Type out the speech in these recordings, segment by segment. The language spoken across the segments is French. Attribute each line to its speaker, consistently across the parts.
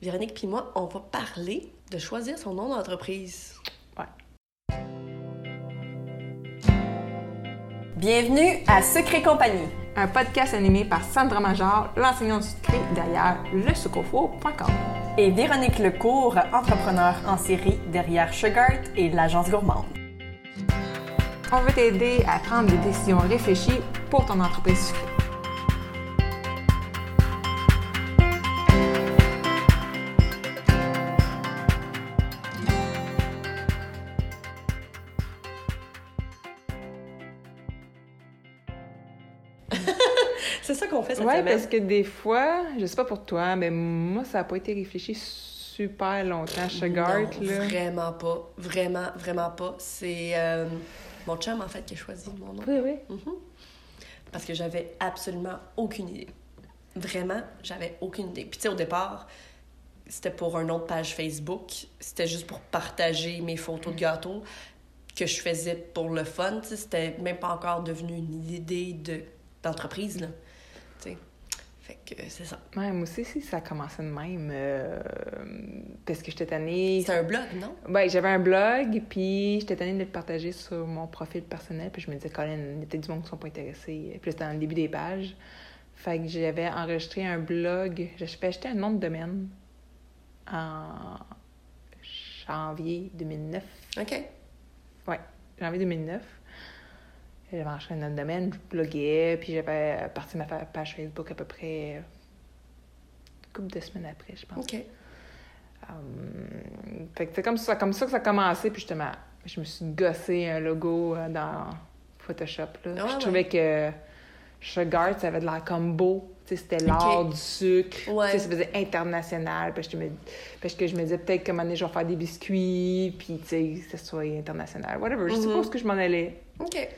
Speaker 1: Véronique puis moi, on va parler de choisir son nom d'entreprise.
Speaker 2: Bienvenue à Secret Compagnie.
Speaker 3: un podcast animé par Sandra Major, l'enseignante du secret derrière le sucrefour.com.
Speaker 2: Et Véronique Lecourt, entrepreneur en série derrière Sugart et l'agence gourmande.
Speaker 3: On veut t'aider à prendre des décisions réfléchies pour ton entreprise sucrée.
Speaker 1: C'est ça qu'on fait cette
Speaker 3: Ouais,
Speaker 1: semaine.
Speaker 3: parce que des fois, je sais pas pour toi, mais moi, ça n'a pas été réfléchi super longtemps, Sugar.
Speaker 1: Non, vraiment pas. Vraiment, vraiment pas. C'est euh, mon chum, en fait, qui a choisi mon nom.
Speaker 3: Oui, oui.
Speaker 1: Parce que j'avais absolument aucune idée. Vraiment, j'avais aucune idée. Puis tu sais, au départ, c'était pour un autre page Facebook. C'était juste pour partager mes
Speaker 3: Mm.
Speaker 1: photos de gâteaux que je faisais pour le fun. tu sais. C'était même pas encore devenu une idée de- d'entreprise, là. Tu sais. Fait que c'est ça.
Speaker 3: Ouais, moi aussi, si ça commençait de même, euh, parce que j'étais tannée.
Speaker 1: C'est un blog, non?
Speaker 3: Ouais, Ben, j'avais un blog, puis j'étais tannée de le partager sur mon profil personnel, puis je me disais, Colin, il y a peut-être du monde qui sont pas intéressés. Puis là, c'était dans le début des pages. Fait que j'avais enregistré un blog. J'avais acheté un nom de domaine en janvier 2009.
Speaker 1: OK.
Speaker 3: Ouais, janvier 2009. J'avais enregistré un nom de domaine, je bloguais, puis j'avais parti ma fa- page Facebook à peu près euh, une couple de semaines après, je pense.
Speaker 1: OK.
Speaker 3: Um, fait que c'est comme ça, comme ça que ça a commencé, puis justement, je me suis gossé un logo euh, dans Photoshop. Là.
Speaker 1: Ah
Speaker 3: je
Speaker 1: ouais.
Speaker 3: trouvais que Sugar, ça avait de l'air comme beau. Tu sais, c'était l'art
Speaker 1: Ok.
Speaker 3: du sucre.
Speaker 1: Ouais.
Speaker 3: Tu sais, ça faisait international. Parce que, je me, parce que je me disais peut-être que un moment donné, je vais faire des biscuits, puis tu sais, que ce soit international. Whatever. Je sais
Speaker 1: Mhm.
Speaker 3: pas où est-ce que je m'en allais.
Speaker 1: OK.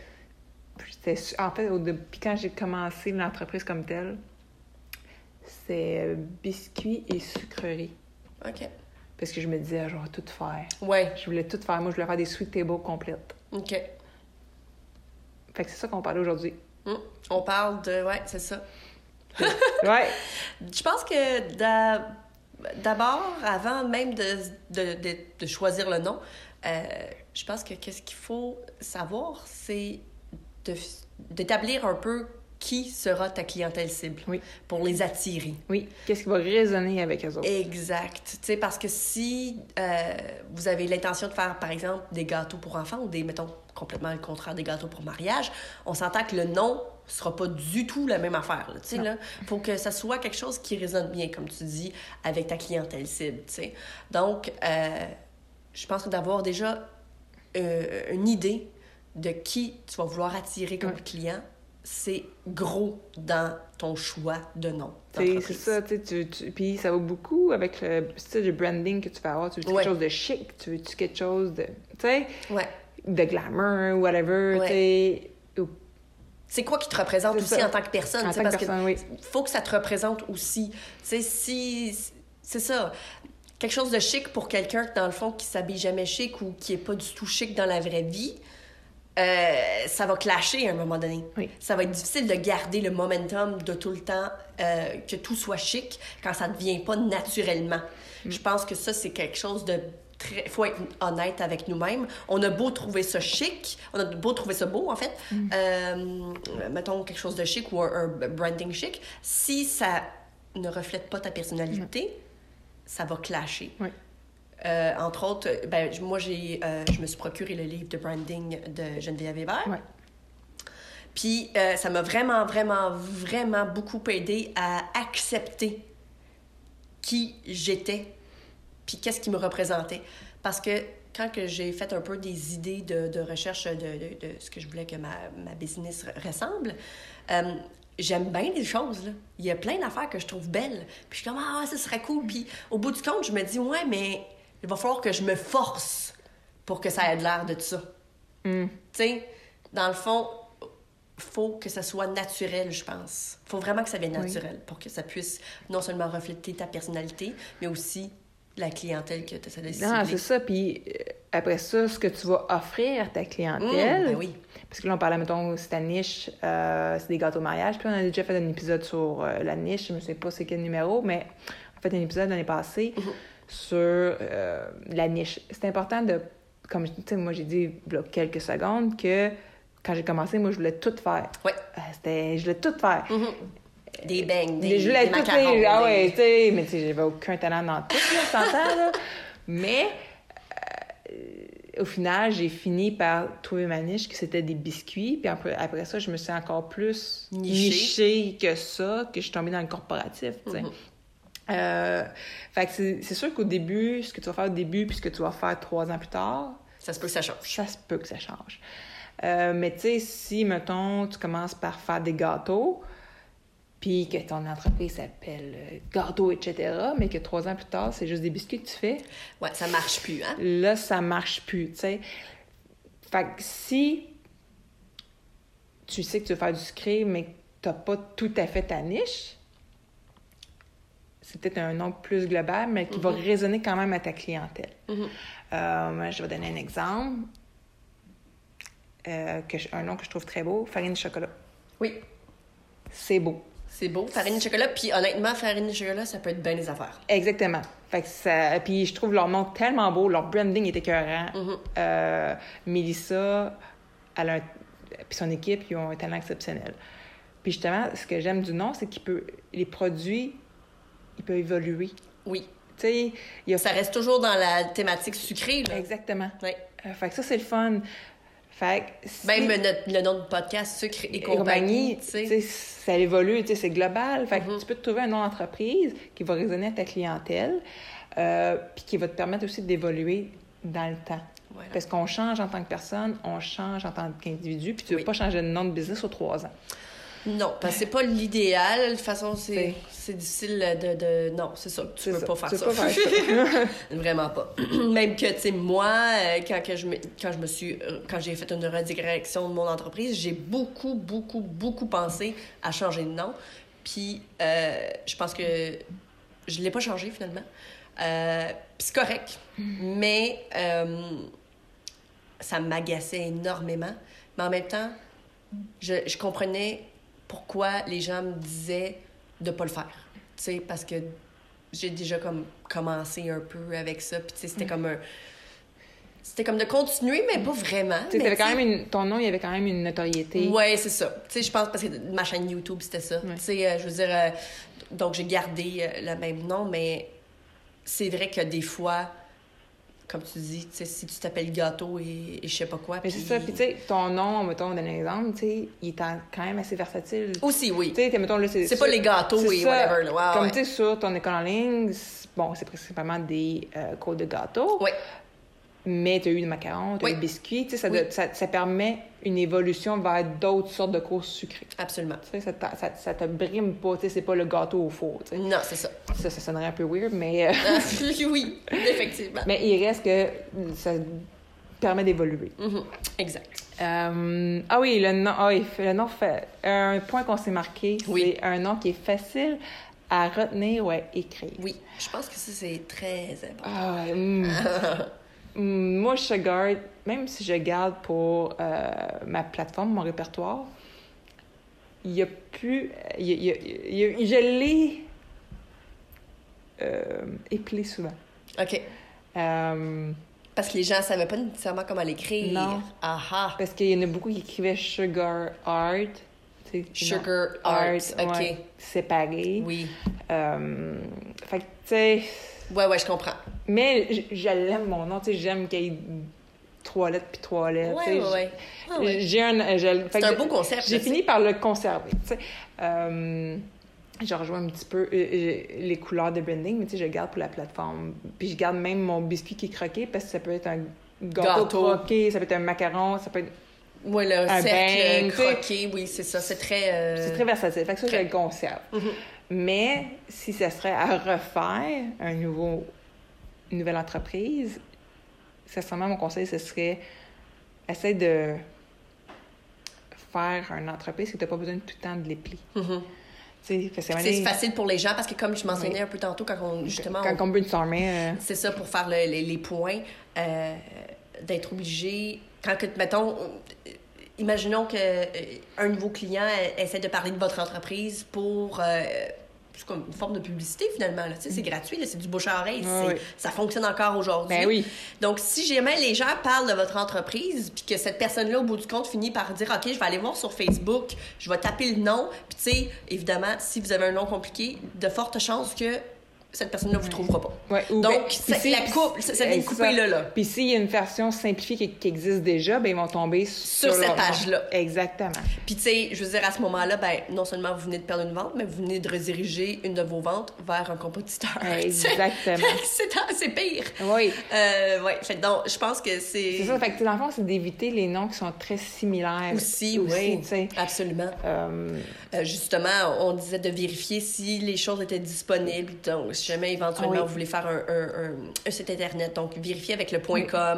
Speaker 3: Puis c'était su- en fait, au dé- puis quand j'ai commencé l'entreprise comme telle, c'est euh, biscuits et sucreries.
Speaker 1: OK.
Speaker 3: Parce que je me disais, Ah, je vais tout faire.
Speaker 1: Ouais.
Speaker 3: Je voulais tout faire. Moi, je voulais faire des sweet tables complètes.
Speaker 1: OK.
Speaker 3: Fait que c'est ça qu'on parle aujourd'hui.
Speaker 1: Hmm. On parle de. Ouais, c'est ça.
Speaker 3: Ouais.
Speaker 1: Je pense que d'a- d'abord, avant même de, de, de- de choisir le nom, euh, je pense que qu'est-ce qu'il faut savoir, c'est de f- d'établir un peu qui sera ta clientèle cible
Speaker 3: Oui.
Speaker 1: pour les attirer.
Speaker 3: Oui. Qu'est-ce qui va résonner avec eux autres?
Speaker 1: Exact. Tu sais, parce que si euh, vous avez l'intention de faire, par exemple, des gâteaux pour enfants ou des, mettons, complètement le contraire des gâteaux pour mariage, on s'entend que le nom sera pas du tout la même affaire. là, Tu sais,
Speaker 3: Non.
Speaker 1: là, faut que ça soit quelque chose qui résonne bien, comme tu dis, avec ta clientèle cible. Tu sais. Donc, euh, je pense que d'avoir déjà euh, une idée de qui tu vas vouloir attirer comme
Speaker 3: Ouais.
Speaker 1: client, c'est gros dans ton choix de nom.
Speaker 3: T'sais, C'est
Speaker 1: d'entreprise.
Speaker 3: ça, tu sais, tu- tu- puis ça va beaucoup avec le style de branding que tu vas avoir. Tu veux
Speaker 1: Ouais.
Speaker 3: quelque chose de chic, tu veux quelque chose de, tu sais,
Speaker 1: Ouais.
Speaker 3: de glamour, whatever,
Speaker 1: Ouais.
Speaker 3: tu sais, ou-
Speaker 1: C'est quoi qui te représente
Speaker 3: C'est
Speaker 1: aussi
Speaker 3: ça.
Speaker 1: en tant que personne?
Speaker 3: en
Speaker 1: tu sais,
Speaker 3: tant que
Speaker 1: parce que
Speaker 3: personne, oui.
Speaker 1: faut que ça te représente aussi. Tu sais, si. C'est ça. Quelque chose de chic pour quelqu'un, dans le fond, qui s'habille jamais chic ou qui est pas du tout chic dans la vraie vie, euh, ça va clasher à un moment donné.
Speaker 3: Oui.
Speaker 1: Ça va être difficile de garder le momentum de tout le temps, euh, que tout soit chic, quand ça ne vient pas naturellement. Je pense que ça, c'est quelque chose de très... faut être honnête avec nous-mêmes. On a beau trouver ça chic, on a beau trouver ça beau, en fait, euh, mettons quelque chose de chic ou un, un branding chic, si ça ne reflète pas ta personnalité, ça va clasher.
Speaker 3: Oui.
Speaker 1: Euh, entre autres, ben, j- moi, j'ai, euh, je me suis procuré le livre de branding de Geneviève Weber.
Speaker 3: Ouais.
Speaker 1: Puis euh, ça m'a vraiment, vraiment, vraiment beaucoup aidé à accepter qui j'étais, puis qu'est-ce qui me représentait. Parce que quand que j'ai fait un peu des idées de, de recherche de, de- de ce que je voulais que ma, ma business re- ressemble, euh, j'aime bien des choses. là. Il y a plein d'affaires que je trouve belles. Puis je suis comme, ah, ça serait cool. Puis au bout du compte, je me dis, ouais, mais il va falloir que je me force pour que ça ait l'air de ça. Tu sais, dans le fond, faut que ça soit naturel, je pense. Faut vraiment que ça vienne
Speaker 3: Oui.
Speaker 1: naturel pour que ça puisse non seulement refléter ta personnalité, mais aussi la clientèle que tu essaies de
Speaker 3: Non,
Speaker 1: cibler.
Speaker 3: c'est ça. Puis euh, après ça, ce que tu vas offrir à ta clientèle.
Speaker 1: Mmh, ben oui.
Speaker 3: Parce que là, on parlait, mettons, c'est ta niche, euh, c'est des gâteaux au mariage. Puis on a déjà fait un épisode sur euh, la niche. Je ne sais pas c'est quel numéro, mais en fait un épisode l'année passée sur euh, la niche. C'est important de, comme je- tu sais, moi j'ai dit là, quelques secondes que quand j'ai commencé, moi je voulais tout faire.
Speaker 1: Ouais.
Speaker 3: Euh, C'était, je voulais tout faire.
Speaker 1: Des bangs, des,
Speaker 3: Des- je voulais
Speaker 1: des
Speaker 3: tout, tu
Speaker 1: macarons.
Speaker 3: sais, ah
Speaker 1: des-
Speaker 3: ouais, tu sais, mais tu sais, j'avais aucun talent dans tout, là, on s'entend, là. Mais euh, au final, j'ai fini par trouver ma niche, que c'était des biscuits. Puis après, après ça, je me suis encore plus
Speaker 1: Nichée.
Speaker 3: nichée, que ça, que je suis tombée dans le corporatif, tu sais.
Speaker 1: Mm-hmm.
Speaker 3: Euh, fait que c'est c'est sûr qu'au début, ce que tu vas faire au début, puis ce que tu vas faire trois ans plus tard,
Speaker 1: Ça se peut que ça change.
Speaker 3: ça se peut que ça change. Euh, mais tu sais, si, mettons, tu commences par faire des gâteaux, puis que ton entreprise s'appelle euh, Gâteau, etc., mais que trois ans plus tard, c'est juste des biscuits que tu fais,
Speaker 1: Ouais, ça marche plus, hein?
Speaker 3: là, ça marche plus, tu sais. Fait que si tu sais que tu veux faire du sucré, mais que t'as pas tout à fait ta niche, c'est peut-être un nom plus global, mais qui va résonner quand même à ta clientèle. Euh, je vais donner un exemple. Euh, que je- un nom que je trouve très beau, farine de chocolat.
Speaker 1: Oui,
Speaker 3: C'est beau.
Speaker 1: c'est beau. Farine et chocolat, puis honnêtement, farine et chocolat, ça peut être bien des affaires.
Speaker 3: Exactement. Fait que ça... Puis je trouve leur nom tellement beau, leur branding est écœurant.
Speaker 1: Mhm.
Speaker 3: Euh, Mélissa, elle a un- puis son équipe, ils ont un talent exceptionnel. Puis justement, ce que j'aime du nom, c'est qu'il peut... Les produits, ils peuvent évoluer. Tu
Speaker 1: Oui.
Speaker 3: sais, il y a...
Speaker 1: Ça reste toujours dans la thématique sucrée, là.
Speaker 3: Exactement.
Speaker 1: Ouais. Ben,
Speaker 3: Euh, fait que ça, c'est le fun. Fait que... si-
Speaker 1: Même notre- le nom de podcast, Sucre et,
Speaker 3: et
Speaker 1: compagnie, tu sais. Mm-hmm.
Speaker 3: tu sais, ça évolue, tu sais, c'est global. Fait que tu peux te trouver un nom d'entreprise qui va résonner à ta clientèle, euh, puis qui va te permettre aussi d'évoluer dans le temps.
Speaker 1: Voilà.
Speaker 3: Parce qu'on change en tant que personne, on change en tant qu'individu, puis tu ne
Speaker 1: Oui.
Speaker 3: veux pas changer de nom de business aux trois ans.
Speaker 1: Non, parce que c'est pas l'idéal. De toute façon, c'est
Speaker 3: C'est-
Speaker 1: c'est difficile de, de- Non, c'est ça. Tu
Speaker 3: C'est
Speaker 1: peux
Speaker 3: ça.
Speaker 1: pas faire
Speaker 3: Tu
Speaker 1: ça.
Speaker 3: peux pas faire
Speaker 1: Vraiment pas. Même que, tu sais, moi, euh, quand, que je, me- quand je me suis... euh, Quand j'ai fait une redirection de mon entreprise, j'ai beaucoup, beaucoup, beaucoup pensé à changer de nom. Puis, euh, je pense que je l'ai pas changé, finalement. Euh, puis c'est correct. Mais... euh, ça m'agaçait énormément. Mais en même temps, je, je comprenais pourquoi les gens me disaient de pas le faire. Tu sais, parce que j'ai déjà comme commencé un peu avec ça. Puis tu sais,
Speaker 3: Mm.
Speaker 1: c'était comme un... C'était comme de continuer, mais pas vraiment.
Speaker 3: Tu sais,
Speaker 1: mais
Speaker 3: t'avais quand
Speaker 1: tu sais,
Speaker 3: même une- ton nom, il y avait quand même une notoriété.
Speaker 1: Ouais, c'est ça. Tu sais, je pense parce que ma chaîne YouTube, c'était ça. Tu sais, euh, je veux dire, euh, donc j'ai gardé euh, le même nom, mais c'est vrai que des fois, comme tu dis, tu sais, si tu t'appelles gâteau et, et je sais pas quoi.
Speaker 3: Mais c'est ça. Puis tu sais, ton nom, mettons, on donne un exemple, tu sais, il est en- quand même assez versatile.
Speaker 1: Aussi, oui.
Speaker 3: Tu sais, t'es- mettons, là, c'est...
Speaker 1: C'est pas les gâteaux
Speaker 3: c'est
Speaker 1: et
Speaker 3: ça.
Speaker 1: whatever, là. Ouais,
Speaker 3: Comme
Speaker 1: ouais.
Speaker 3: tu sais, sur ton école en ligne, c'est- bon, c'est principalement des euh, codes de gâteaux.
Speaker 1: Oui,
Speaker 3: mais tu as eu des macarons, tu as
Speaker 1: Oui.
Speaker 3: eu des biscuits, tu sais, ça,
Speaker 1: Oui.
Speaker 3: de- ça, ça permet une évolution vers d'autres sortes de courses sucrées.
Speaker 1: absolument.
Speaker 3: Tu sais, ça, t'a- ça, ça te brime pas, tu sais, c'est pas le gâteau au four, tu sais.
Speaker 1: Non, c'est ça.
Speaker 3: Ça, ça sonnerait un peu weird, mais, euh,
Speaker 1: Ah, oui, effectivement.
Speaker 3: mais il reste que ça permet d'évoluer.
Speaker 1: Mhm, Exact.
Speaker 3: Euh, ah oui, le nom, ah oui, le nom fait, un point qu'on s'est marqué,
Speaker 1: Oui.
Speaker 3: c'est un nom qui est facile à retenir ou à écrire.
Speaker 1: Oui, je pense que ça, c'est très important.
Speaker 3: Ah, hum. Hum, Moi, je garde, même si je garde pour euh, ma plateforme, mon répertoire, il y a plus. il y a- il y a- il y a- je l'ai euh, épelé souvent.
Speaker 1: OK.
Speaker 3: Euh,
Speaker 1: Parce que les gens savaient pas nécessairement comment l'écrire.
Speaker 3: Non.
Speaker 1: Ah ah.
Speaker 3: parce qu'il y en a beaucoup qui écrivaient Sugar Art. tu sais,
Speaker 1: Sugar
Speaker 3: non,
Speaker 1: Art, ok.
Speaker 3: séparé.
Speaker 1: Oui.
Speaker 3: Euh, fait que, tu sais.
Speaker 1: Ouais, ouais, je comprends.
Speaker 3: Mais j- je l'aime, mon nom. Tu sais, j'aime qu'il y ait trois lettres puis trois lettres.
Speaker 1: Ouais,
Speaker 3: tu sais,
Speaker 1: ouais,
Speaker 3: j-
Speaker 1: ouais. Ah ouais.
Speaker 3: J'ai un... euh, je- fait que
Speaker 1: un
Speaker 3: j'ai-
Speaker 1: beau concept,
Speaker 3: J'ai
Speaker 1: là,
Speaker 3: fini par le conserver, tu sais. Euh, je rejoins un petit peu euh, euh, les couleurs de branding, mais tu sais, je garde pour la plateforme. Puis je garde même mon biscuit qui est croqué parce que ça peut être un gâteau,
Speaker 1: Gâteau.
Speaker 3: croqué, ça peut être un macaron, ça peut être...
Speaker 1: Ouais, le
Speaker 3: un
Speaker 1: cercle
Speaker 3: bang,
Speaker 1: croqué, oui, c'est ça. C'est très. euh, Mm-hmm.
Speaker 3: C'est très versatile. Fait que ça, je le conserve. Mais si ça serait à refaire un nouveau, une nouvelle entreprise, sincèrement, mon conseil, ce serait essayer de faire une entreprise que tu n'as pas besoin de tout le temps de l'épeler.
Speaker 1: Mhm.
Speaker 3: Tu sais, parce qu'à un moment
Speaker 1: C'est
Speaker 3: donné,
Speaker 1: facile pour les gens parce que, comme je mentionnais un peu tantôt, quand on, justement, on-
Speaker 3: Quand on brainstormait, euh,
Speaker 1: C'est ça, pour faire le- les, les points, euh, d'être obligé, quand que, mettons, euh, imaginons que euh, un nouveau client euh, essaie de parler de votre entreprise pour euh, c'est comme une forme de publicité finalement. là. Tu sais, C'est gratuit, là, c'est du bouche à oreille.
Speaker 3: Mm. Ouais,
Speaker 1: c'est-
Speaker 3: ouais.
Speaker 1: Ça fonctionne encore aujourd'hui.
Speaker 3: Ben oui.
Speaker 1: Donc, si jamais les gens parlent de votre entreprise, puis que cette personne-là, au bout du compte, finit par dire OK, je vais aller voir sur Facebook, je vais taper le nom, puis tu sais, évidemment, si vous avez un nom compliqué, de fortes chances que cette personne-là vous trouvera pas.
Speaker 3: Ouais, ou ben,
Speaker 1: Donc, ça,
Speaker 3: si-
Speaker 1: la coupe, ça, ça vient
Speaker 3: Ouais,
Speaker 1: de
Speaker 3: c'est
Speaker 1: couper
Speaker 3: ça.
Speaker 1: là, là.
Speaker 3: Puis s'il y a une version simplifiée qui, qui existe déjà, ben ils vont tomber sur,
Speaker 1: cette
Speaker 3: leur-
Speaker 1: page-là.
Speaker 3: Exactement.
Speaker 1: Puis, tu sais, je veux dire, à ce moment-là, ben, non seulement vous venez de perdre une vente, mais vous venez de rediriger une de vos ventes vers un compétiteur. tu sais.
Speaker 3: Exactement.
Speaker 1: c'est c'est pire.
Speaker 3: Oui.
Speaker 1: Euh, ouais. Fait que donc, je pense que c'est.
Speaker 3: C'est ça. Fait que, tu sais, dans le fond, c'est d'éviter les noms qui sont très similaires.
Speaker 1: Aussi, oui.
Speaker 3: tu sais.
Speaker 1: Absolument.
Speaker 3: Euh,
Speaker 1: Euh, justement, on disait de vérifier si les choses étaient disponibles. Donc, si jamais éventuellement
Speaker 3: Ah oui.
Speaker 1: vous voulez faire un, un- un- un site Internet, donc vérifiez avec le .com, .ca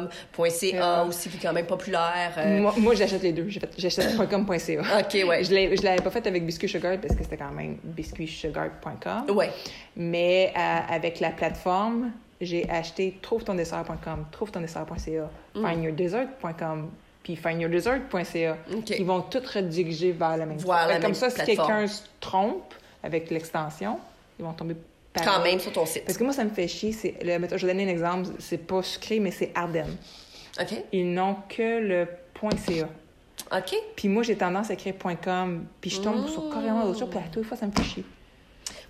Speaker 3: Euh.
Speaker 1: aussi, qui est quand même populaire. euh.
Speaker 3: Moi, moi j'achète les deux. J'ai fait- J'achète .com.ca.
Speaker 1: OK, ouais.
Speaker 3: Je l'ai- je l'avais pas fait avec Biscuit Sugar parce que c'était quand même biscuitsugar.com.
Speaker 1: Ouais.
Speaker 3: Mais euh, avec la plateforme, j'ai acheté trouvetondessert.com, trouvetondessert.ca,
Speaker 1: Mm.
Speaker 3: findyourdessert.com, puis findyourdessert.ca.
Speaker 1: OK.
Speaker 3: Ils vont tous rediriger vers la même
Speaker 1: Vers la
Speaker 3: Fait que Comme
Speaker 1: même
Speaker 3: ça, si
Speaker 1: plateforme.
Speaker 3: quelqu'un se trompe avec l'extension, ils vont tomber pareil.
Speaker 1: Quand même sur ton site.
Speaker 3: Parce que moi, ça me fait chier. C'est, le- mettons, je vais donner un exemple. C'est pas sucré, mais c'est Ardennes.
Speaker 1: OK?
Speaker 3: Ils n'ont que le .ca.
Speaker 1: OK?
Speaker 3: Puis moi, j'ai tendance à écrire .com, puis je tombe sur carrément d'autres choses, puis à toutes les fois, ça me fait chier.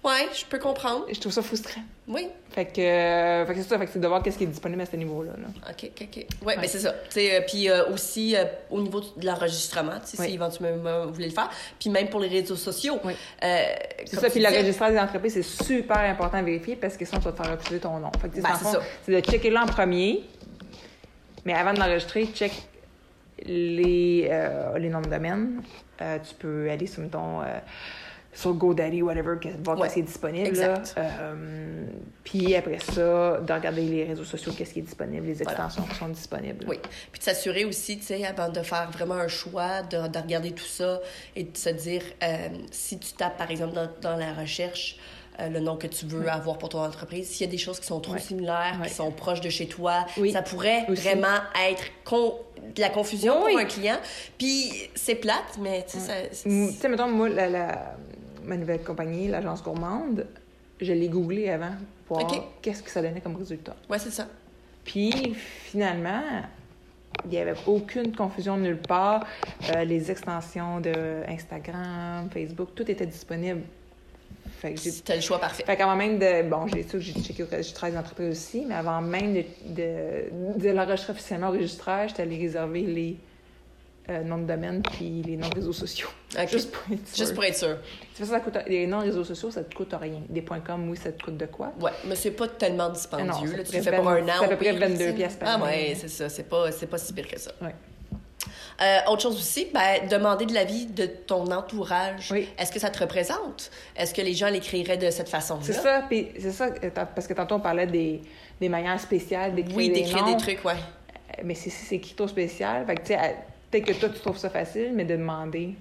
Speaker 1: Ouais, je peux comprendre.
Speaker 3: Je trouve ça frustrant.
Speaker 1: Oui.
Speaker 3: Fait que, euh, fait que c'est ça, fait que c'est de voir qu'est-ce qui est disponible à ce niveau-là. là.
Speaker 1: OK, OK, OK. Oui, mais c'est ça. Tu sais, euh, puis euh, aussi euh, au niveau de l'enregistrement, tu sais,
Speaker 3: Oui.
Speaker 1: si éventuellement vous voulez le faire. Puis même pour les réseaux sociaux.
Speaker 3: Oui.
Speaker 1: Euh,
Speaker 3: C'est
Speaker 1: comme
Speaker 3: ça,
Speaker 1: tu
Speaker 3: puis
Speaker 1: disais-
Speaker 3: l'enregistrement des entreprises, c'est super important à vérifier parce que sinon, tu vas te faire refuser ton nom. Fait que, tu sais,
Speaker 1: Ben,
Speaker 3: dans le
Speaker 1: c'est
Speaker 3: fond,
Speaker 1: ça.
Speaker 3: c'est de checker là en premier, mais avant de l'enregistrer, check les, euh, les noms de domaine. Euh, tu peux aller sur, mettons, euh, sur GoDaddy, whatever, que- voir
Speaker 1: Ouais.
Speaker 3: qu'est-ce qui est disponible.
Speaker 1: Exact.
Speaker 3: là. Euh, puis après ça, de regarder les réseaux sociaux, qu'est-ce qui est disponible, les
Speaker 1: Voilà.
Speaker 3: extensions qui sont disponibles.
Speaker 1: Oui. Puis de s'assurer aussi, tu sais, avant de faire vraiment un choix, de, de regarder tout ça et de se dire, euh, si tu tapes, par exemple, dans, dans la recherche, euh, le nom que tu veux avoir pour ton entreprise, s'il y a des choses qui sont trop
Speaker 3: Ouais.
Speaker 1: similaires,
Speaker 3: Ouais.
Speaker 1: qui sont proches de chez toi,
Speaker 3: Oui.
Speaker 1: ça pourrait
Speaker 3: Aussi.
Speaker 1: vraiment être con- de la confusion
Speaker 3: Oui,
Speaker 1: pour
Speaker 3: oui.
Speaker 1: un client. Puis c'est plate, mais tu sais, ça... c'est-
Speaker 3: Mm, Tu sais, mettons, moi, la, la- ma nouvelle compagnie, l'agence gourmande, je l'ai googlée avant pour voir
Speaker 1: Ok.
Speaker 3: qu'est-ce que ça donnait comme résultat.
Speaker 1: Ouais, c'est ça.
Speaker 3: Puis, finalement, il n'y avait aucune confusion nulle part. Euh, les extensions de Instagram, Facebook, tout était disponible. Fait que j'ai
Speaker 1: C'était le choix parfait.
Speaker 3: fait qu'avant même de. Bon, j'ai sûr que j'ai checké au registraire des entreprises aussi, mais avant même de, de, de l'enregistrer officiellement au registraire, j'étais allée réserver les euh, noms de domaine puis les noms de réseaux sociaux.
Speaker 1: Ok.
Speaker 3: Juste pour être
Speaker 1: Juste
Speaker 3: sûre.
Speaker 1: pour être sûr.
Speaker 3: Tu fais ça, ça coûte, les noms réseaux sociaux, ça te coûte rien. Des points com, oui, ça te coûte de quoi?
Speaker 1: Ouais, mais c'est pas tellement dispendieux.
Speaker 3: Ah non, ça
Speaker 1: là.
Speaker 3: te
Speaker 1: tu le
Speaker 3: fait
Speaker 1: fais pour un
Speaker 3: vingt-
Speaker 1: an.
Speaker 3: c'est à peu
Speaker 1: au
Speaker 3: près
Speaker 1: pire,
Speaker 3: 22
Speaker 1: tu sais.
Speaker 3: piastres par
Speaker 1: Ah
Speaker 3: année.
Speaker 1: ouais, c'est ça. C'est pas, c'est pas si pire que ça.
Speaker 3: Ouais.
Speaker 1: Euh, autre chose aussi, ben, demander de l'avis de ton entourage.
Speaker 3: Oui.
Speaker 1: Est-ce que ça te représente? Est-ce que les gens l'écriraient de cette façon-là?
Speaker 3: C'est ça, puis c'est ça, euh, tant- parce que tantôt on parlait des, des manières spéciales d'écrire
Speaker 1: Oui,
Speaker 3: des
Speaker 1: d'écrire
Speaker 3: noms.
Speaker 1: des trucs, ouais.
Speaker 3: Euh, Mais c'est, c'est qui ton spécial? Fait que tu sais, à- peut-être que toi tu trouves ça facile, mais de demander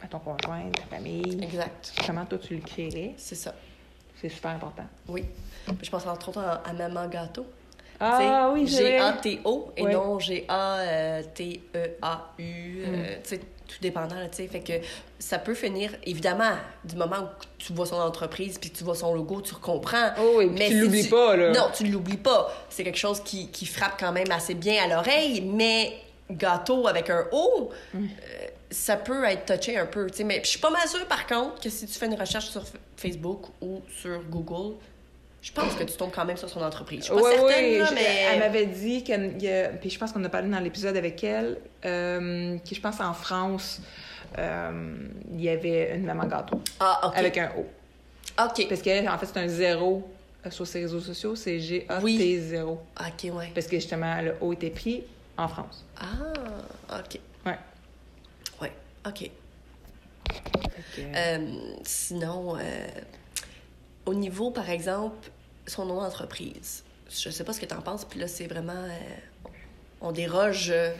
Speaker 3: à ton conjoint, ta famille,
Speaker 1: Exact.
Speaker 3: comment toi tu l'écrirais,
Speaker 1: C'est ça.
Speaker 3: c'est super important.
Speaker 1: Oui. Je pense entre autres à, à Maman Gâteau.
Speaker 3: Ah oui, c'est vrai.
Speaker 1: G-A-T-O et
Speaker 3: Ouais.
Speaker 1: non euh, G-A-T-E-A-U. E
Speaker 3: Mm.
Speaker 1: euh, tu sais, tout dépendant, là, tu sais. Fait que ça peut finir, évidemment, du moment où tu vois son entreprise puis que tu vois son logo, tu comprends.
Speaker 3: Oh oui, puis tu
Speaker 1: si
Speaker 3: l'oublies pas, là.
Speaker 1: Non, tu ne l'oublies pas. C'est quelque chose qui, qui frappe quand même assez bien à l'oreille, mais gâteau avec un O, euh, ça peut être touché un peu, tu sais. Mais je suis pas mal sûre, par contre, que si tu fais une recherche sur F- Facebook ou sur Google, je pense que tu tombes quand même sur son entreprise. Je suis pas
Speaker 3: Ouais,
Speaker 1: certaine,
Speaker 3: ouais,
Speaker 1: là,
Speaker 3: je-
Speaker 1: mais...
Speaker 3: Elle m'avait dit qu'elle. il y a- Puis je pense qu'on en a parlé dans l'épisode avec elle, euh, que je pense en France, euh, il y avait une maman gâteau
Speaker 1: Ah, OK.
Speaker 3: avec un O.
Speaker 1: OK.
Speaker 3: Parce qu'elle, en fait, c'est un zéro euh, sur ses réseaux sociaux, c'est G-A-T-0.
Speaker 1: OK, ouais.
Speaker 3: Parce que justement, le O était pris en France.
Speaker 1: Ah, OK.
Speaker 3: Ouais.
Speaker 1: Ouais, OK.
Speaker 3: Fait que-
Speaker 1: Euh, sinon, euh, au niveau, par exemple, son nom d'entreprise, je sais pas ce que t'en penses, puis là, c'est vraiment... euh, on déroge... euh,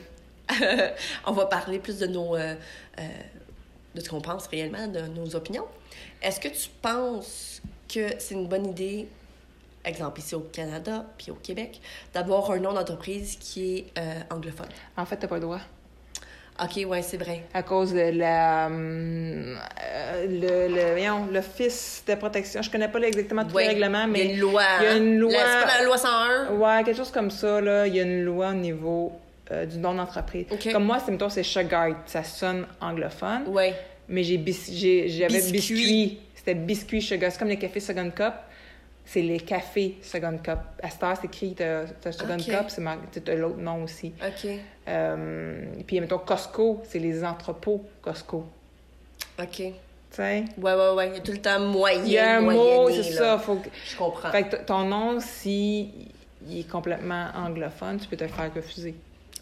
Speaker 1: on va parler plus de nos... euh, euh, de ce qu'on pense réellement, de nos opinions. Est-ce que tu penses que c'est une bonne idée, exemple ici au Canada, puis au Québec, d'avoir un nom d'entreprise qui est euh, anglophone?
Speaker 3: En fait, t'as pas le droit.
Speaker 1: OK, ouais, c'est vrai.
Speaker 3: à cause de la. hum, euh, le, le, voyons, l'Office de protection. Je connais pas exactement tous
Speaker 1: Ouais,
Speaker 3: les règlements, mais.
Speaker 1: Il y a une loi.
Speaker 3: il y a une
Speaker 1: hein?
Speaker 3: loi-
Speaker 1: La- C'est pas la loi 101?
Speaker 3: Ouais, quelque chose comme ça, là. Il y a une loi au niveau euh, du nom d'entreprise.
Speaker 1: Ok.
Speaker 3: Comme moi, c'est, mettons, c'est Sugar. Ça sonne anglophone.
Speaker 1: Ouais.
Speaker 3: Mais j'ai, bis- j'ai- j'avais
Speaker 1: Biscuit.
Speaker 3: biscuit. C'était biscuit Sugar. C'est comme les cafés Second Cup. C'est les cafés Second Cup. À cette heure, c'est écrit t'as, t'as Second
Speaker 1: Ok.
Speaker 3: Cup. C'est mar- t'as l'autre nom aussi.
Speaker 1: OK.
Speaker 3: Euh, puis, mettons, Costco. C'est les entrepôts Costco.
Speaker 1: OK.
Speaker 3: Tu sais?
Speaker 1: Ouais, ouais, ouais. Il y a tout le temps moyen.
Speaker 3: Il y a un mot,
Speaker 1: moyenné,
Speaker 3: c'est
Speaker 1: là.
Speaker 3: ça. Faut que...
Speaker 1: Je comprends.
Speaker 3: Fait que t- ton nom, si il est complètement anglophone, tu peux te le faire refuser.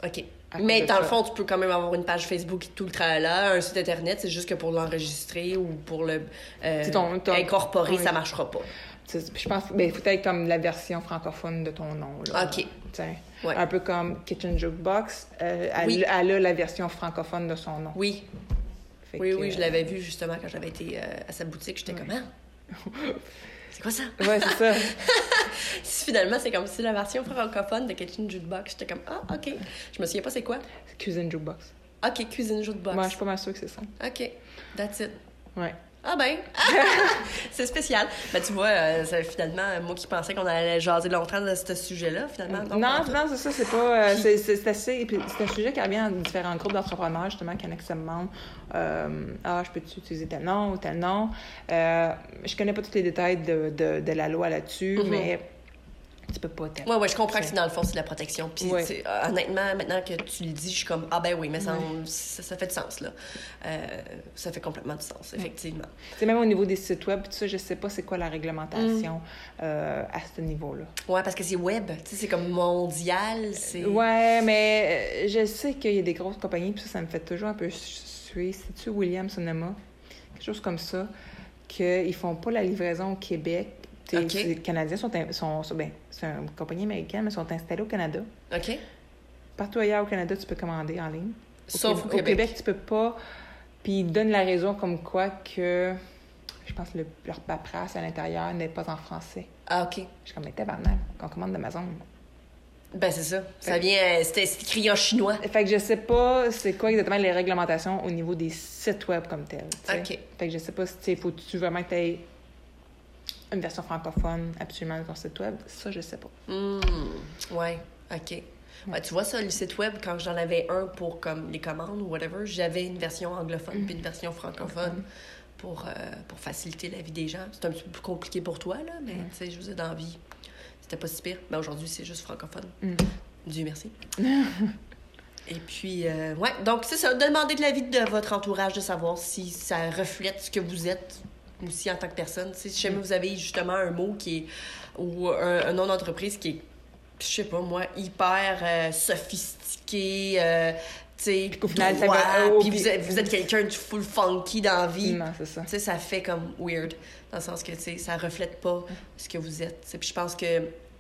Speaker 1: OK.
Speaker 3: À cause
Speaker 1: Mais
Speaker 3: de
Speaker 1: dans le
Speaker 3: ça.
Speaker 1: fond, tu peux quand même avoir une page Facebook et tout le tralala, un site Internet, c'est juste que pour l'enregistrer ou pour le euh,
Speaker 3: C'est ton- ton-
Speaker 1: incorporer,
Speaker 3: oui.
Speaker 1: ça marchera pas.
Speaker 3: Tu sais, Je pense, ben, faut être comme la version francophone de ton nom. Là,
Speaker 1: OK.
Speaker 3: Tiens.
Speaker 1: Ouais.
Speaker 3: Un peu comme Kitchen Jukebox, euh, elle,
Speaker 1: Oui.
Speaker 3: elle a la version francophone de son nom.
Speaker 1: Oui,
Speaker 3: Fait
Speaker 1: oui,
Speaker 3: que,
Speaker 1: oui, je
Speaker 3: euh,
Speaker 1: l'avais vu justement quand j'avais été euh, à sa boutique, j'étais comme Ah, C'est quoi ça?
Speaker 3: Ouais, c'est ça.
Speaker 1: Si Finalement, c'est comme si la version francophone de Kitchen Jukebox, j'étais comme Ah, OK. Je me souviens pas c'est quoi.
Speaker 3: C'est Cuisine Jukebox.
Speaker 1: OK, Cuisine Jukebox.
Speaker 3: Moi, je suis pas mal sûre que c'est ça.
Speaker 1: OK, that's it.
Speaker 3: Ouais.
Speaker 1: Ah ben, c'est spécial. Ben tu vois, euh, c'est finalement, moi qui pensais qu'on allait jaser longtemps de ce sujet-là, finalement.
Speaker 3: Non,
Speaker 1: non,
Speaker 3: non,
Speaker 1: pas en
Speaker 3: c'est ça, c'est pas. euh,
Speaker 1: Puis-
Speaker 3: c'est- c'est c'est assez. puis C'est un sujet qui revient dans différents groupes d'entrepreneurs, justement, qui en se demandent euh, Ah, je peux-tu utiliser tel nom ou tel nom Euh, Je connais pas tous les détails de, de, de la loi là-dessus,
Speaker 1: Mhm.
Speaker 3: mais tu peux pas tel.
Speaker 1: Ouais, ouais, je comprends que c'est dans le fond, c'est de la protection. Puis,
Speaker 3: Ouais.
Speaker 1: tu sais, euh, honnêtement, maintenant que tu le dis, je suis comme, ah ben oui, mais ça, ça, ça fait du sens, là. Euh, ça fait complètement du sens, effectivement.
Speaker 3: Tu sais, même au niveau des sites web, tout ça, je sais pas c'est quoi la réglementation euh, à ce niveau-là.
Speaker 1: Ouais, parce que c'est web, tu sais, c'est comme mondial, c'est...
Speaker 3: Ouais, mais euh, je sais qu'il y a des grosses compagnies, puis ça, ça me fait toujours un peu suer. C'est-tu William Sonoma? Quelque chose comme ça, qu'ils font pas la livraison au Québec. T'es-
Speaker 1: Ok.
Speaker 3: Les Canadiens sont... in- sont, sont- ben, c'est une compagnie américaine, mais sont installés au Canada.
Speaker 1: OK?
Speaker 3: Partout ailleurs au Canada, tu peux commander en ligne. Au
Speaker 1: Sauf
Speaker 3: Québec-
Speaker 1: au Québec.
Speaker 3: tu peux pas. Puis ils donnent la raison comme quoi que... Je pense que le- leur paperasse à l'intérieur n'est pas en français.
Speaker 1: Ah, OK.
Speaker 3: Je suis comme, mais tabarnak, qu'on commande d'Amazon.
Speaker 1: Ben, c'est ça. Ça
Speaker 3: Fait-
Speaker 1: vient... euh, C'était c'est écrit en chinois.
Speaker 3: Fait que je sais pas c'est quoi exactement les réglementations au niveau des sites web comme tels. tu sais.
Speaker 1: OK.
Speaker 3: Fait que je sais pas si tu faut-tu vraiment que t'aies une version francophone absolument de ton site web. Ça, je sais pas.
Speaker 1: Hmm, ouais, OK. Ouais, tu vois ça, le site web, quand j'en avais un pour comme les commandes ou whatever, j'avais une version anglophone puis une version francophone pour, euh, pour faciliter la vie des gens. C'est un petit peu plus compliqué pour toi, là, mais tu sais, je vous ai dans la vie. C'était pas si pire. Mais aujourd'hui, c'est juste francophone.
Speaker 3: Mm.
Speaker 1: Dieu merci. Et puis, euh, ouais, donc c'est ça. Demandez de l'avis de votre entourage de savoir si ça reflète ce que vous êtes aussi en tant que personne. Tu sais, si
Speaker 3: Mm.
Speaker 1: jamais vous avez justement un mot qui est. ou un, un nom d'entreprise qui est, je sais pas moi, hyper euh, sophistiqué, euh, tu sais,
Speaker 3: qu'au final, ça
Speaker 1: droit,
Speaker 3: va- oh,
Speaker 1: puis
Speaker 3: puis-
Speaker 1: vous êtes, vous êtes quelqu'un de full funky dans la vie.
Speaker 3: Non, c'est ça.
Speaker 1: Tu sais, ça fait comme weird, dans le sens que, tu sais, ça reflète pas ce que vous êtes. tu sais. Puis je pense que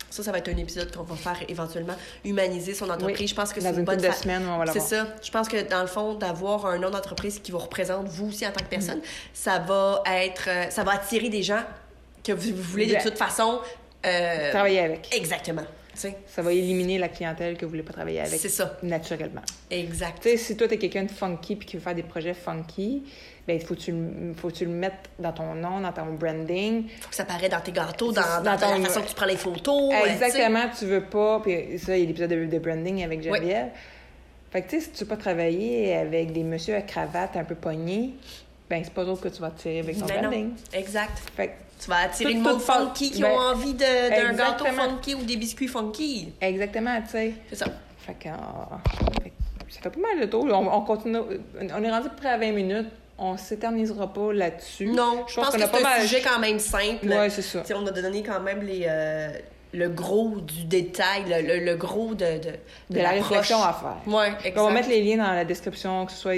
Speaker 1: ça, ça va être un épisode qu'on va faire éventuellement, humaniser son entreprise.
Speaker 3: Oui,
Speaker 1: je pense que c'est
Speaker 3: Dans
Speaker 1: une,
Speaker 3: une
Speaker 1: bonne
Speaker 3: couple de
Speaker 1: fa-
Speaker 3: semaines, on va
Speaker 1: C'est
Speaker 3: l'avoir.
Speaker 1: ça. Je pense que, dans le fond, d'avoir un nom d'entreprise qui vous représente, vous aussi, en tant que personne,
Speaker 3: Mm-hmm.
Speaker 1: ça va être... euh, ça va attirer des gens que vous, vous voulez de
Speaker 3: Exact.
Speaker 1: toute façon... euh,
Speaker 3: Travailler avec.
Speaker 1: exactement. Tu sais,
Speaker 3: Ça va éliminer la clientèle que vous voulez pas travailler avec
Speaker 1: c'est ça.
Speaker 3: naturellement.
Speaker 1: Exact.
Speaker 3: Tu sais, si toi, t'es quelqu'un de funky puis qui veut faire des projets funky, ben, faut que tu le- faut que tu le mettes dans ton nom, dans ton branding.
Speaker 1: Faut que ça paraît dans tes gâteaux,
Speaker 3: C'est-
Speaker 1: dans,
Speaker 3: dans
Speaker 1: dans la
Speaker 3: ton-
Speaker 1: façon que tu prends les photos. euh, tu sais.
Speaker 3: Exactement, tu veux pas. Puis ça, il y a l'épisode de, de branding avec Geneviève. Fait que tu sais, si tu veux pas travailler avec des messieurs à cravate un peu pognés, ben c'est pas autre que tu vas tirer avec ton
Speaker 1: Ben non.
Speaker 3: branding.
Speaker 1: Exact.
Speaker 3: Fait que-
Speaker 1: Tu vas attirer
Speaker 3: Tout-
Speaker 1: le monde
Speaker 3: tout part-
Speaker 1: funky qui
Speaker 3: ben,
Speaker 1: ont envie de- d'un gâteau
Speaker 3: exactement.
Speaker 1: funky ou des biscuits funky.
Speaker 3: exactement, tu sais.
Speaker 1: C'est ça.
Speaker 3: Fait que, euh, fait que ça fait pas mal de tour. On, on continue. On est rendu près à 20 minutes. On s'éternisera pas là-dessus.
Speaker 1: Non, je pense,
Speaker 3: qu'on
Speaker 1: que c'est un sujet quand même simple.
Speaker 3: Ouais, c'est ça.
Speaker 1: Tu sais, on a donné quand même les, euh, le gros du détail, le, le- le gros de, de,
Speaker 3: De la
Speaker 1: l'approche.
Speaker 3: réflexion à faire.
Speaker 1: Ouais,
Speaker 3: Puis On
Speaker 1: exact.
Speaker 3: va mettre les liens dans la description, que ce soit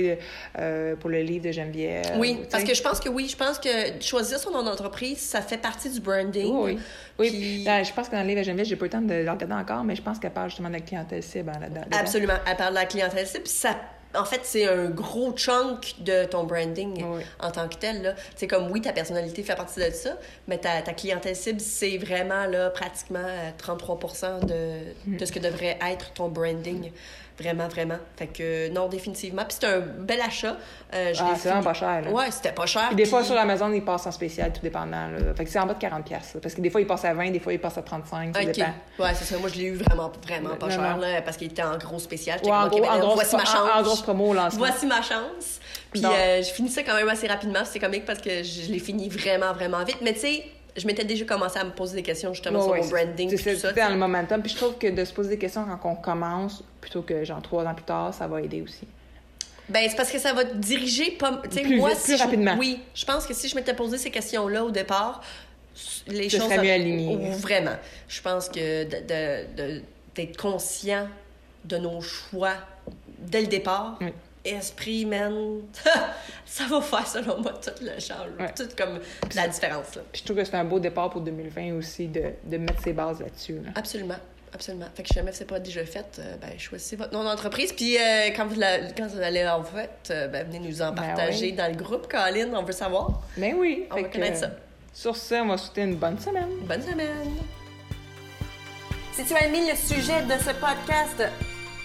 Speaker 3: euh, pour le livre de Geneviève.
Speaker 1: Oui,
Speaker 3: euh, tu sais.
Speaker 1: parce que je pense que oui, je pense que choisir son nom d'entreprise, ça fait partie du branding.
Speaker 3: Oh, Oui, oui. Oui,
Speaker 1: Puis-
Speaker 3: ben, je pense que dans le livre à Geneviève, j'ai pas eu le temps de le regarder encore, mais je pense qu'elle parle justement de la clientèle cible hein, là-dedans.
Speaker 1: Absolument. À part de la clientèle cible, ça En fait, c'est un gros chunk de ton branding
Speaker 3: Oui.
Speaker 1: en tant que tel. là. C'est comme, oui, ta personnalité fait partie de ça, mais ta, ta clientèle cible, c'est vraiment là, pratiquement euh, 33
Speaker 3: Hmm.
Speaker 1: de, de ce que devrait être ton branding. Vraiment, vraiment. Fait que non, définitivement. Puis c'est un bel achat. Euh, je
Speaker 3: Ah,
Speaker 1: l'ai
Speaker 3: c'est vraiment
Speaker 1: fini.
Speaker 3: pas cher, là.
Speaker 1: Ouais, c'était pas cher.
Speaker 3: Puis des fois,
Speaker 1: puis-
Speaker 3: sur Amazon, ils passent en spécial, tout dépendant. Là. Fait que c'est en bas de 40$. piastres, là. Parce que des fois, ils passent à 20$, des fois, ils passent à 35$, ça
Speaker 1: OK.
Speaker 3: dépend.
Speaker 1: Ouais, c'est ça. Moi, je l'ai eu vraiment, vraiment pas
Speaker 3: Non,
Speaker 1: cher,
Speaker 3: non.
Speaker 1: là, parce qu'il était en gros spécial. J'étais
Speaker 3: Ou en,
Speaker 1: comme, OK,
Speaker 3: gros,
Speaker 1: ben
Speaker 3: en,
Speaker 1: là,
Speaker 3: grosse,
Speaker 1: voici ma chance.
Speaker 3: en, en grosse promo au lancement.
Speaker 1: Voici ma chance. Puis
Speaker 3: Donc-
Speaker 1: euh, je finissais quand même assez rapidement. puis C'est comique parce que je l'ai fini vraiment, vraiment vite. Mais tu sais, je m'étais déjà commencé à me poser des questions justement sur
Speaker 3: Ouais,
Speaker 1: mon
Speaker 3: ouais,
Speaker 1: branding
Speaker 3: c'est-
Speaker 1: puis tout
Speaker 3: c'est-
Speaker 1: ça.
Speaker 3: C'est dans le momentum. Puis je trouve que de se poser des questions quand on commence, plutôt que genre trois ans plus tard, ça va aider aussi.
Speaker 1: Ben, c'est parce que ça va te diriger pas. Tu sais,
Speaker 3: Plus
Speaker 1: moi,
Speaker 3: vite,
Speaker 1: si
Speaker 3: plus
Speaker 1: je-
Speaker 3: rapidement.
Speaker 1: Oui, je pense que si je m'étais posé ces questions-là au départ, s- les
Speaker 3: Ce
Speaker 1: choses.
Speaker 3: serait mieux aligné.
Speaker 1: Ou- Vraiment. Je pense que de- de- de- d'être conscient de nos choix dès le départ,
Speaker 3: Oui.
Speaker 1: esprit, man, ça va faire, selon moi, tout le changement.
Speaker 3: Ouais.
Speaker 1: Tout comme la différence, là.
Speaker 3: Puis je trouve que c'est un beau départ pour 2020 aussi de, de mettre ses bases là-dessus. là.
Speaker 1: Absolument. Absolument. Fait que si jamais c'est pas déjà fait, euh, ben, choisissez votre nom d'entreprise. Puis euh, quand, vous la- quand vous allez en fait, euh, ben, venez nous en
Speaker 3: Ben
Speaker 1: partager
Speaker 3: oui.
Speaker 1: dans le groupe, Colin. On veut savoir.
Speaker 3: Ben oui.
Speaker 1: On
Speaker 3: fait
Speaker 1: va
Speaker 3: que,
Speaker 1: connaître ça.
Speaker 3: Sur ça, on va souhaiter une bonne semaine.
Speaker 1: Bonne semaine!
Speaker 2: Si tu as aimé le sujet de ce podcast,